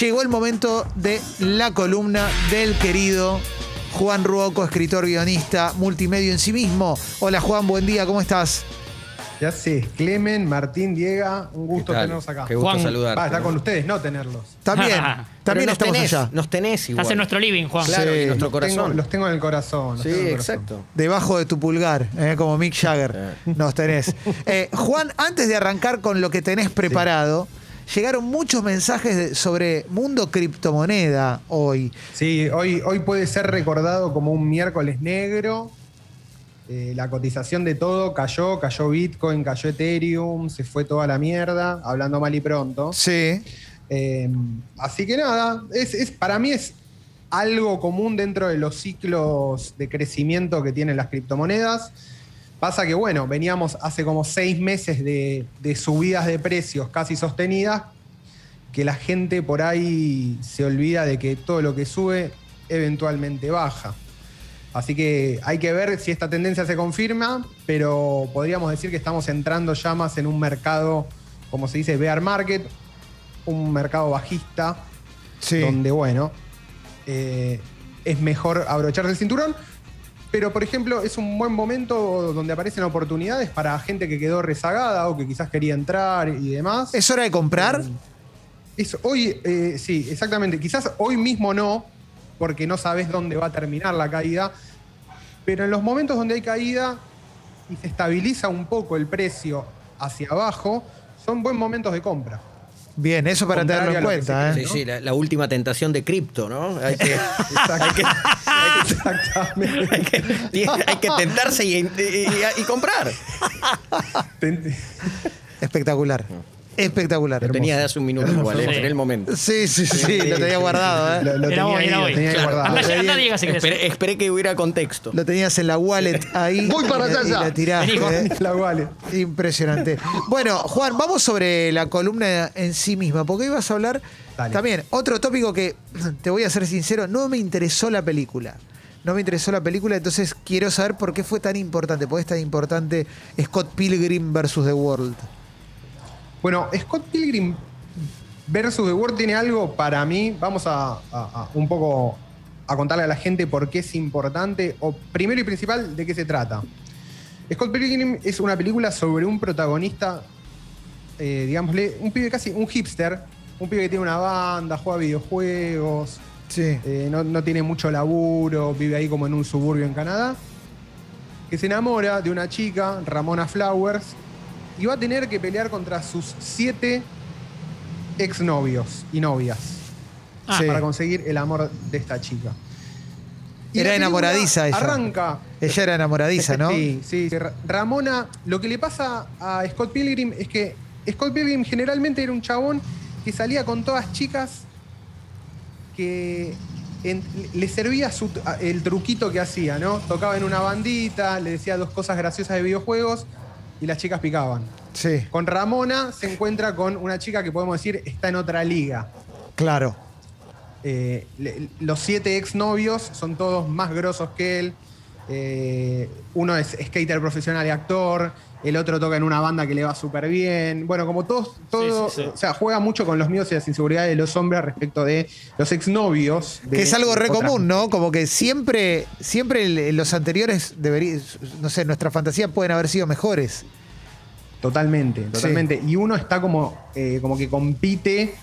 Llegó el momento de la columna del querido Juan Ruoco, escritor, guionista, multimedio en sí mismo. Hola Juan, buen día, ¿cómo estás? Ya sé, Clemen, Martín, Diega, un gusto ¿Qué tal? tenerlos acá. Qué gusto Juan. saludarte. Va, está con ustedes, no tenerlos. También, también Pero nos estamos tenés, allá. Nos tenés igual. Estás en nuestro living, Juan. Claro, y en nuestro los corazón. Tengo, los tengo en el corazón. los sí, tengo en el corazón. exacto. Debajo de tu pulgar, ¿eh? como Mick Jagger, nos tenés. Eh, Juan, antes de arrancar con lo que tenés preparado, llegaron muchos mensajes de- sobre mundo criptomoneda hoy. Sí, hoy, hoy puede ser recordado como un miércoles negro. Eh, la cotización de todo cayó, cayó Bitcoin, cayó Ethereum, se fue toda la mierda, hablando mal y pronto. Sí. Eh, así que nada, es, es- para mí es algo común dentro de los ciclos de crecimiento que tienen las criptomonedas. Pasa que, bueno, veníamos hace como seis meses de, de subidas de precios casi sostenidas, que la gente por ahí se olvida de que todo lo que sube eventualmente baja. Así que hay que ver si esta tendencia se confirma, pero podríamos decir que estamos entrando ya más en un mercado, como se dice, bear market, un mercado bajista, Sí. donde, bueno, eh, es mejor abrocharse el cinturón. Pero, por ejemplo, es un buen momento donde aparecen oportunidades para gente que quedó rezagada o que quizás quería entrar y demás. ¿Es hora de comprar? Mm. Es hoy, eh, sí, exactamente. Quizás hoy mismo no, porque no sabes dónde va a terminar la caída. Pero en los momentos donde hay caída y se estabiliza un poco el precio hacia abajo, son buen momentos de compra. Bien, eso para Contrario tenerlo en a lo que se cuenta. cree. ¿eh? Sí, sí, la, la última tentación de cripto, ¿no? Hay que, Exactamente. hay que- tiene- hay que tentarse y, y- y- y comprar. Ten- Espectacular. Ah. Lo Espectacular. tenías de hace un minuto igual, Sí. ¿eh? en el momento. Sí, sí, sí, lo tenía guardado. ¿eh? Lo, lo Era tenía hoy, ahí, era lo hoy. tenía ahí Claro. guardado. Anda, ya- anda, Bien. diga si querés. Esperé, esperé que hubiera contexto. Lo tenías en la wallet ahí. Voy para y la- allá, y ya. la tiraste, Vení, Juan. ¿eh? La vale. Impresionante. Bueno, Juan, vamos sobre la columna en sí misma, porque hoy vas a hablar Dale. también otro tópico que, te voy a ser sincero, no me interesó la película. No me interesó la película, entonces quiero saber por qué fue tan importante, por qué es tan importante Scott Pilgrim versus The World. Bueno, Scott Pilgrim versus The World tiene algo para mí. Vamos a, a- a un poco a contarle a la gente por qué es importante o primero y principal de qué se trata. Scott Pilgrim es una película sobre un protagonista, eh, digámosle, un pibe casi un hipster, un pibe que tiene una banda, juega videojuegos, Sí. eh, no, no tiene mucho laburo, vive ahí como en un suburbio en Canadá, que se enamora de una chica, Ramona Flowers, y va a tener que pelear contra sus siete exnovios y novias Ah. para conseguir el amor de esta chica. Y Era la película enamoradiza ella. Arranca. Ella era enamoradiza, ¿no? Sí, sí. sí. Ra- Ramona, lo que le pasa a Scott Pilgrim es que Scott Pilgrim generalmente era un chabón que salía con todas chicas que en- le servía su- a- el truquito que hacía, ¿no? Tocaba en una bandita, le decía dos cosas graciosas de videojuegos y las chicas picaban. Sí, Con Ramona se encuentra con una chica que podemos decir está en otra liga. claro. Eh, le- los siete exnovios son todos más grosos que él. Eh, uno es skater profesional y actor. El otro toca en una banda que le va súper bien. Bueno, como todos, todo, Sí, sí, sí. o sea, juega mucho con los miedos y las inseguridades de los hombres respecto de los exnovios. de Que es algo re otras común, ¿no? Como que siempre, siempre el- los anteriores deberían, no sé, nuestra fantasía pueden haber sido mejores. Totalmente, totalmente. Y uno está como, eh, como que compite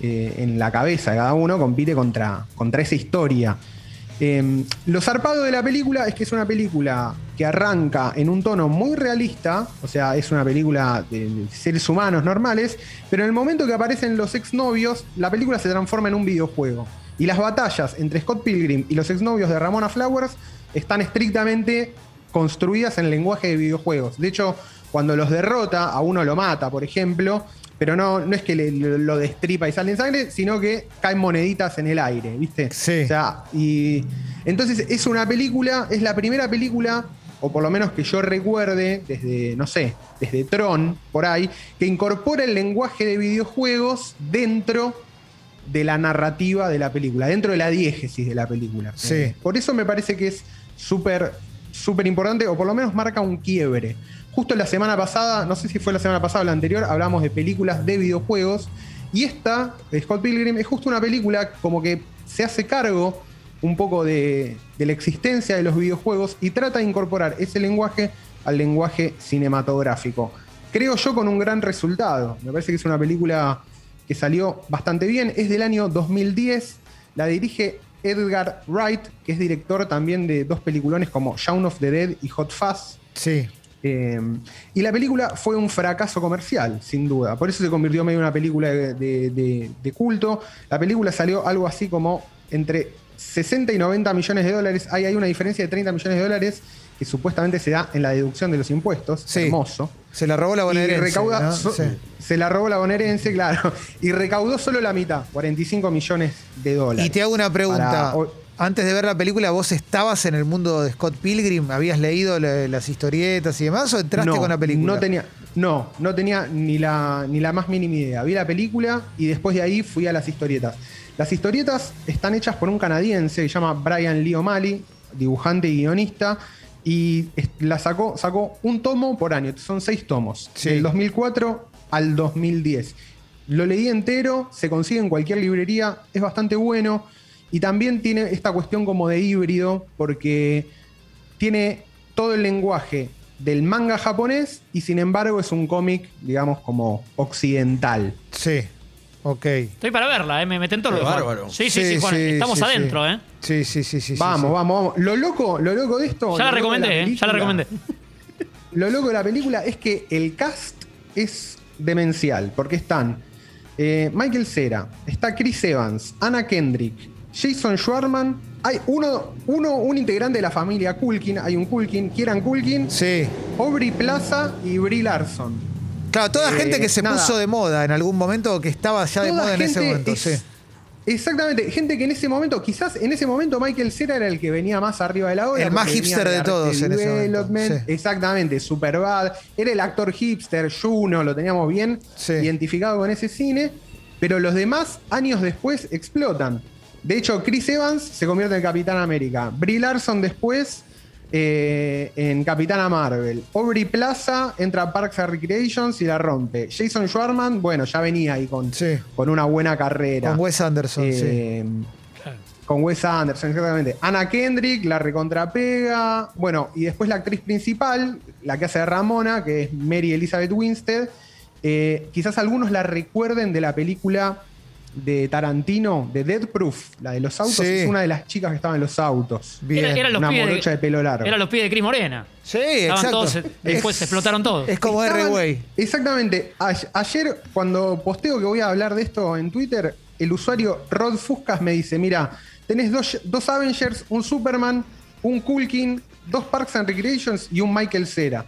eh, en la cabeza de cada uno, compite contra, contra esa historia. Eh, lo zarpado de la película es que es una película que arranca en un tono muy realista, o sea, es una película de, de seres humanos normales, pero en el momento que aparecen los exnovios, la película se transforma en un videojuego. Y las batallas entre Scott Pilgrim y los exnovios de Ramona Flowers están estrictamente construidas en lenguaje de videojuegos. De hecho, cuando los derrota, a uno lo mata, por ejemplo, pero no, no es que le- lo, lo destripa y sale en sangre, sino que caen moneditas en el aire, ¿viste? Sí. O sea, y entonces es una película, es la primera película, o por lo menos que yo recuerde, desde, no sé, desde Tron, por ahí, que incorpora el lenguaje de videojuegos dentro de la narrativa de la película, dentro de la diégesis de la película. Sí. Eh, por eso me parece que es súper, súper importante, o por lo menos marca un quiebre. Justo la semana pasada, no sé si fue la semana pasada o la anterior, hablamos de películas de videojuegos. Y esta, Scott Pilgrim, es justo una película como que se hace cargo un poco de, de la existencia de los videojuegos y trata de incorporar ese lenguaje al lenguaje cinematográfico. Creo yo con un gran resultado. Me parece que es una película que salió bastante bien. Es del año 2010. La dirige Edgar Wright, que es director también de dos peliculones como Shaun of the Dead y Hot Fuzz. Sí. Eh, y la película fue un fracaso comercial, sin duda. Por eso se convirtió medio en una película de, de- de- de culto. La película salió algo así como entre 60 y 90 millones de dólares. Ahí hay una diferencia de 30 millones de dólares que supuestamente se da en la deducción de los impuestos. Sí. Hermoso. Se la robó la Y bonaerense. recauda, ¿no? so- Sí. Se la robó la bonaerense, claro. Y recaudó solo la mitad, 45 millones de dólares. Y te hago una pregunta. Para- o- Antes de ver la película, ¿vos estabas en el mundo de Scott Pilgrim? ¿Habías leído la- las historietas y demás o entraste no, con la película? No tenía, no, no tenía ni la, ni la más mínima idea. Vi la película y después de ahí fui a las historietas. Las historietas están hechas por un canadiense que se llama Brian Lee O'Malley, dibujante y guionista, y es- la sacó, sacó un tomo por año, son seis tomos, Sí. del 2004 al 2010. Lo leí entero, se consigue en cualquier librería, es bastante bueno, y también tiene esta cuestión como de híbrido, porque tiene todo el lenguaje del manga japonés y sin embargo es un cómic, digamos, como occidental. Sí. Ok. Estoy para verla, ¿eh? me, me tentó Qué lo de Juan. bárbaro. Sí, sí, sí, Juan, estamos sí, adentro, sí. ¿eh? Sí, sí, sí, sí. sí, vamos, sí. vamos, vamos. Lo loco, lo loco de esto. Ya la lo loco de recomendé, ¿eh? Ya la película- recomendé. Lo loco de la película es que el cast es demencial, porque están eh, Michael Cera, está Chris Evans, Anna Kendrick, Jason Schwarman, hay uno, uno, un integrante de la familia Culkin, hay un Culkin, Kieran Culkin, Sí. Aubrey Plaza y Brie Larson. Claro, toda Eh, gente que se nada. puso de moda en algún momento o que estaba ya de Toda moda en ese gente momento. es- sí. Exactamente, gente que en ese momento, quizás en ese momento Michael Cera era el que venía más arriba de la ola. El más porque venía hipster de Arrested todos en ese momento, Development, sí. Exactamente, Superbad. Era el actor hipster, Juno, lo teníamos bien Sí. identificado con ese cine. Pero los demás, años después, explotan. De hecho, Chris Evans se convierte en Capitán América. Brie Larson después eh, en Capitana Marvel. Aubrey Plaza entra a Parks and Recreations y la rompe. Jason Schwarman, bueno, ya venía ahí con, Sí. con una buena carrera. Con Wes Anderson, sí. Eh, Con Wes Anderson, exactamente. Anna Kendrick, la recontrapega. Bueno, y después la actriz principal, la que hace de Ramona, que es Mary Elizabeth Winstead. Eh, quizás algunos la recuerden de la película de Tarantino, de Dead Proof, la de los autos. Sí. Es una de las chicas que estaba en los autos. Bien. Era- era lo- Los Una pibes de- morocha de pelo largo. Eran los pies de Cris Morena. Sí, Estaban exacto. todos, eh, después Es- se explotaron todos. Es como Estaban- R-Way. Exactamente. Ay- Ayer, cuando posteo que voy a hablar de esto en Twitter, el usuario Rod Fuscas me dice: Mira, tenés dos, dos Avengers, un Superman, un Kulkin, dos Parks and Recreations y un Michael Cera.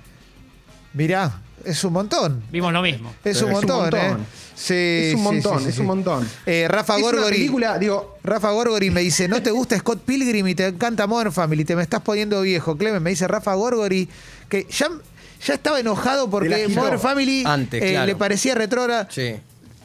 Mirá, es un montón. Vimos lo mismo. Es Es un un montón, montón. ¿eh? Sí, es un sí, montón, sí, sí, es sí. un montón. Eh, Rafa es una Gorgori. película, digo, Rafa Gorgori me dice, no te gusta Scott Pilgrim y te encanta Modern Family, te me estás poniendo viejo, Clemen. Me dice Rafa Gorgori que ya, ya estaba enojado Te la porque agitó. Modern Family eh, Antes, claro. le parecía retrógrada. Sí.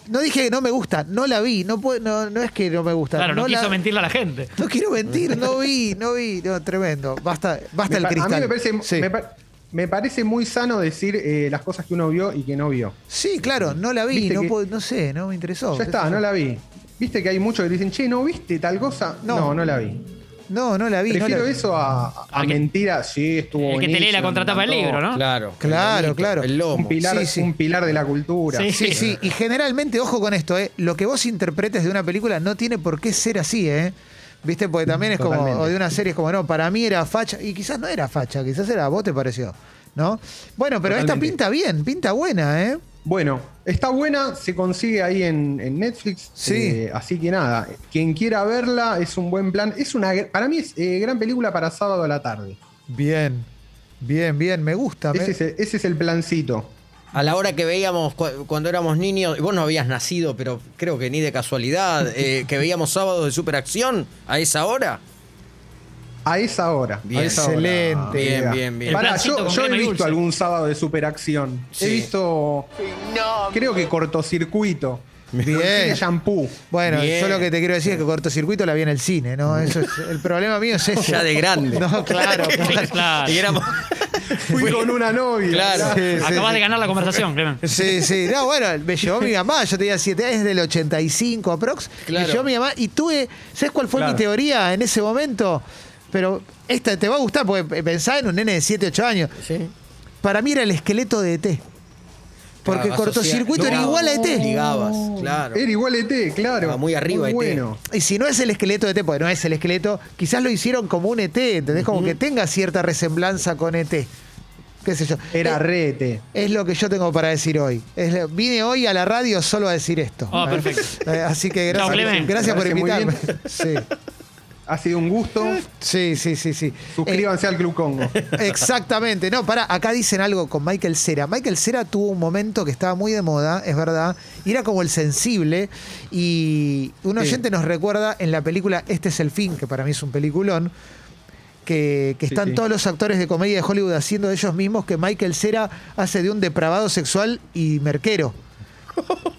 No dije que no me gusta, no la vi, no, puedo- no, no es que no me gusta. Claro, no, quiso la- mentirle a la gente. No quiero mentir, no vi, no vi, no, tremendo. Basta, basta el me pa- cristal. a mí me parece, sí. me pa- me parece muy sano decir eh, las cosas que uno vio y que no vio. Sí, claro, no la vi, Viste no, que- puedo- no sé, no me interesó. ya está, no la vi. Viste que hay muchos que dicen, che, ¿no viste tal cosa? No. No, no, la vi. No, no la vi. no la Prefiero vi. eso a, a Al que- mentira. Sí, estuvo El que te buenísimo, lee la me contratapa del encantó. libro, ¿no? Claro. Claro, El claro. El lomo. Un pilar, Sí, sí. un pilar de la cultura. Sí. Sí, sí, y generalmente, ojo con esto, ¿eh? lo que vos interpretes de una película no tiene por qué ser así, ¿eh? ¿Viste? Porque también es como, Totalmente. o de una serie es como, no, para mí era facha, y quizás no era facha, quizás era, a vos te pareció, ¿no? Bueno, pero esta Totalmente. pinta bien, pinta buena, ¿eh? Bueno, está buena, se consigue ahí en, en Netflix. Sí. eh, así que nada, quien quiera verla es un buen plan. Es una, gr- para mí es eh, gran película para sábado a la tarde. Bien, bien, bien, me gusta. me- Ese es, el, ese es el plancito. A la hora que veíamos cu- cuando éramos niños, y vos no habías nacido, pero creo que ni de casualidad, eh, que veíamos sábados de superacción a esa hora. A esa hora. a Bien. esa hora, Excelente. Bien, Vega. bien, bien. El Pará, plancito yo, con yo he crema y visto dulce. algún sábado de superacción. Sí. He visto. Creo que cortocircuito. Bien. Tiene shampoo. Bueno, Bien. yo lo que te quiero decir es que cortocircuito la vi en el cine, ¿no? Eso es- el problema mío es ese. Ya de grande. No, claro. claro. Claro. Y éramos- Fui con una novia. Claro. Sí, sí, Acabas sí. de ganar la conversación, Clemen. Sí, sí. No, bueno, me llevó mi mamá. Yo tenía 7 años, es del 85 aprox. Claro. Me llevó mi mamá y tuve. ¿Sabes cuál fue Claro. mi teoría en ese momento? Pero esta te va a gustar porque pensaba en un nene de 7, 8 años. Sí. Para mí era el esqueleto de ET. Porque Claro, cortocircuito asocia- era igual a E ET. E Ligabas, claro. Era igual ET, claro. Estaba muy arriba E ET. bueno. Y si no es el esqueleto de ET, porque no es el esqueleto, quizás lo hicieron como un ET, ¿entendés? Como que tenga cierta resemblanza con ET. ¿Qué sé yo? Era Eh, re ET. Es lo que yo tengo para decir hoy. Es lo- vine hoy a la radio solo a decir esto. Ah, perfecto. Eh, así que Chao, gracias, Clemen. gracias por Me parece invitarme. muy Sí, Ha sido un gusto. sí, sí, sí. sí. Suscríbanse al Club Congo. Eh, exactamente. No, para, acá dicen algo con Michael Cera. Michael Cera tuvo un momento que estaba muy de moda, es verdad, y era como el sensible. Y un oyente nos recuerda en la película Este es el fin, que para mí es un peliculón. Que, que Sí, están sí. todos los actores de comedia de Hollywood haciendo de ellos mismos que Michael Cera hace de un depravado sexual y merquero.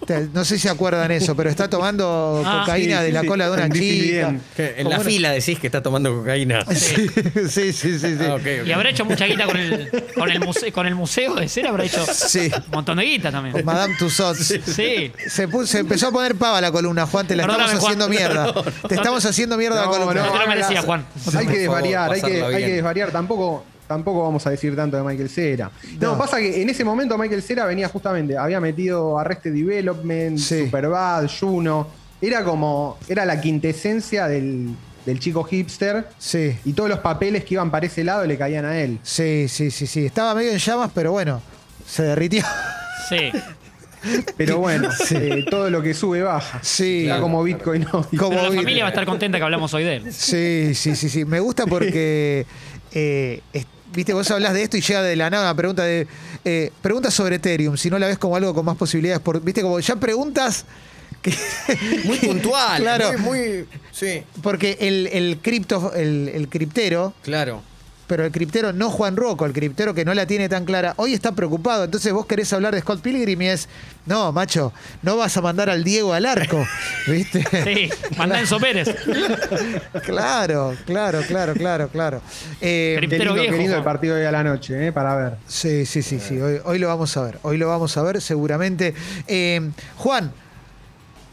Te- No sé si se acuerdan eso, pero está tomando Ah, cocaína sí, de sí, la sí. cola de una En chica. Disneyland. Que En la Como una- fila decís que está tomando cocaína. Sí, sí, sí, sí. sí. Ah, ok, ok. Y habrá hecho mucha guita con el, con el, museo, con el museo de cera, habrá hecho Sí. un montón de guita Con también. Madame Tussauds. Sí. Se, puso- se empezó a poner pava la columna, Juan, te la Perdóname, estamos Juan. haciendo mierda. Te estamos haciendo mierda la No, columna. No te lo ahora- merecía, Hay Juan. que Por favor, desvariar, hay que, pasarla hay bien. que desvariar. Tampoco, tampoco vamos a decir tanto de Michael Cera. No, No. pasa que en ese momento Michael Cera venía justamente, había metido Arrested Development, Sí. Superbad, Juno. Era como, era la quintesencia del, del chico hipster. Sí, Y todos los papeles que iban para ese lado le caían a él. sí, sí, sí, sí. Estaba medio en llamas, pero bueno, se derritió. Sí. Pero bueno, eh, todo lo que sube baja. Sí. Está como Bitcoin hoy. Como Pero la vi- familia va a estar contenta que hablamos hoy de él. Sí, sí, sí, sí. Me gusta porque. eh, es- Viste, vos hablas de esto y llega de la nada una pregunta de. eh, pregunta sobre Ethereum, si no la ves como algo con más posibilidades. por- Viste, como ya preguntas que. Muy puntual. Claro. Muy, muy- Sí, Porque el, el cripto, el, el criptero, claro. pero el criptero no Juan Rocco, el criptero que no la tiene tan clara, hoy está preocupado. Entonces vos querés hablar de Scott Pilgrim y es, no, macho, no vas a mandar al Diego al arco, ¿viste? Sí. Mandá Enzo Pérez. Claro, claro, claro, claro, claro. Eh, Criptero. Qué lindo, viejo, qué lindo el Juan. partido de hoy a la noche, eh, para ver. sí, sí, sí, sí, hoy, hoy lo vamos a ver, hoy lo vamos a ver seguramente. Eh, Juan,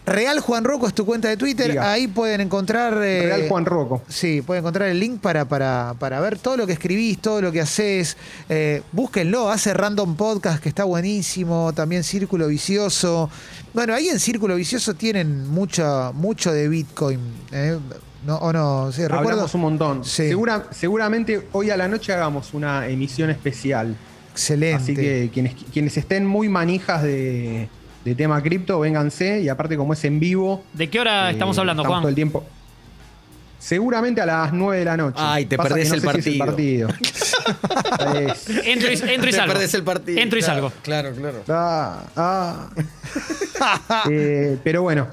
Real Juan Rocco es tu cuenta de Twitter, Diga. ahí pueden encontrar... eh, Real Juan Rocco. Sí, pueden encontrar el link para, para, para ver todo lo que escribís, todo lo que haces. Eh, búsquenlo, hace Random Podcast, que está buenísimo. También Círculo Vicioso. Bueno, ahí en Círculo Vicioso tienen mucho, mucho de Bitcoin. ¿eh? No, ¿O no? Sí, recuerdo- Hablamos un montón. Sí. Segura- seguramente hoy a la noche hagamos una emisión especial. Excelente. Así que quienes, quienes estén muy manijas de, de tema cripto, vénganse. Y aparte, como es en vivo. ¿De qué hora eh, Ah, estamos hablando, Todo Juan? el tiempo. Seguramente a las 9 de la noche. Ay, te que perdés el sé si es partido. Es- Entro y, entro y Te salgo. perdés el partido. Entro y claro, salgo. Claro, claro. Ah, ah. Eh, pero bueno,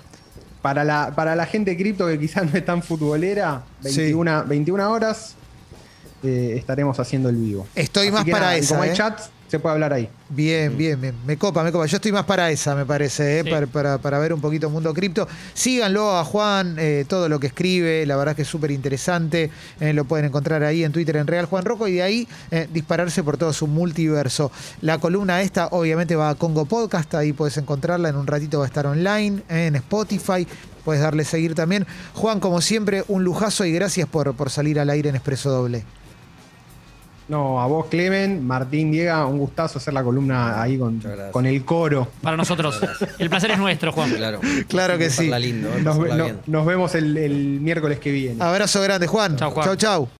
para la, para la gente cripto que quizás no es tan futbolera, 21, 21 horas eh, estaremos haciendo el vivo. Estoy más que para y esa, Como hay eh. chat, se puede hablar ahí. Bien, bien, bien. Me copa, me copa. Yo estoy más para esa, me parece, ¿eh? Mm. Sí. para, para- para ver un poquito Mundo Cripto. Síganlo a Juan, eh, todo lo que escribe, la verdad es que es súper interesante. Eh, lo pueden encontrar ahí en Twitter en Real Juan Rocco y de ahí eh, dispararse por todo su multiverso. La columna esta obviamente va a Congo Podcast, ahí puedes encontrarla, en un ratito va a estar online, eh, en Spotify. Puedes darle seguir también. Juan, como siempre, un lujazo y gracias por, por salir al aire en Expreso Doble. No, a vos, Clemen, Martín, Diega, un gustazo hacer la columna ahí con, gracias. con el coro. Para nosotros. El placer es nuestro, Juan. Claro, Claro que sí. Pasarla lindo, Nos, ve- pasarla no- bien. nos vemos el, el miércoles que viene. Abrazo grande, Juan. Chau, Juan. Chau, chau.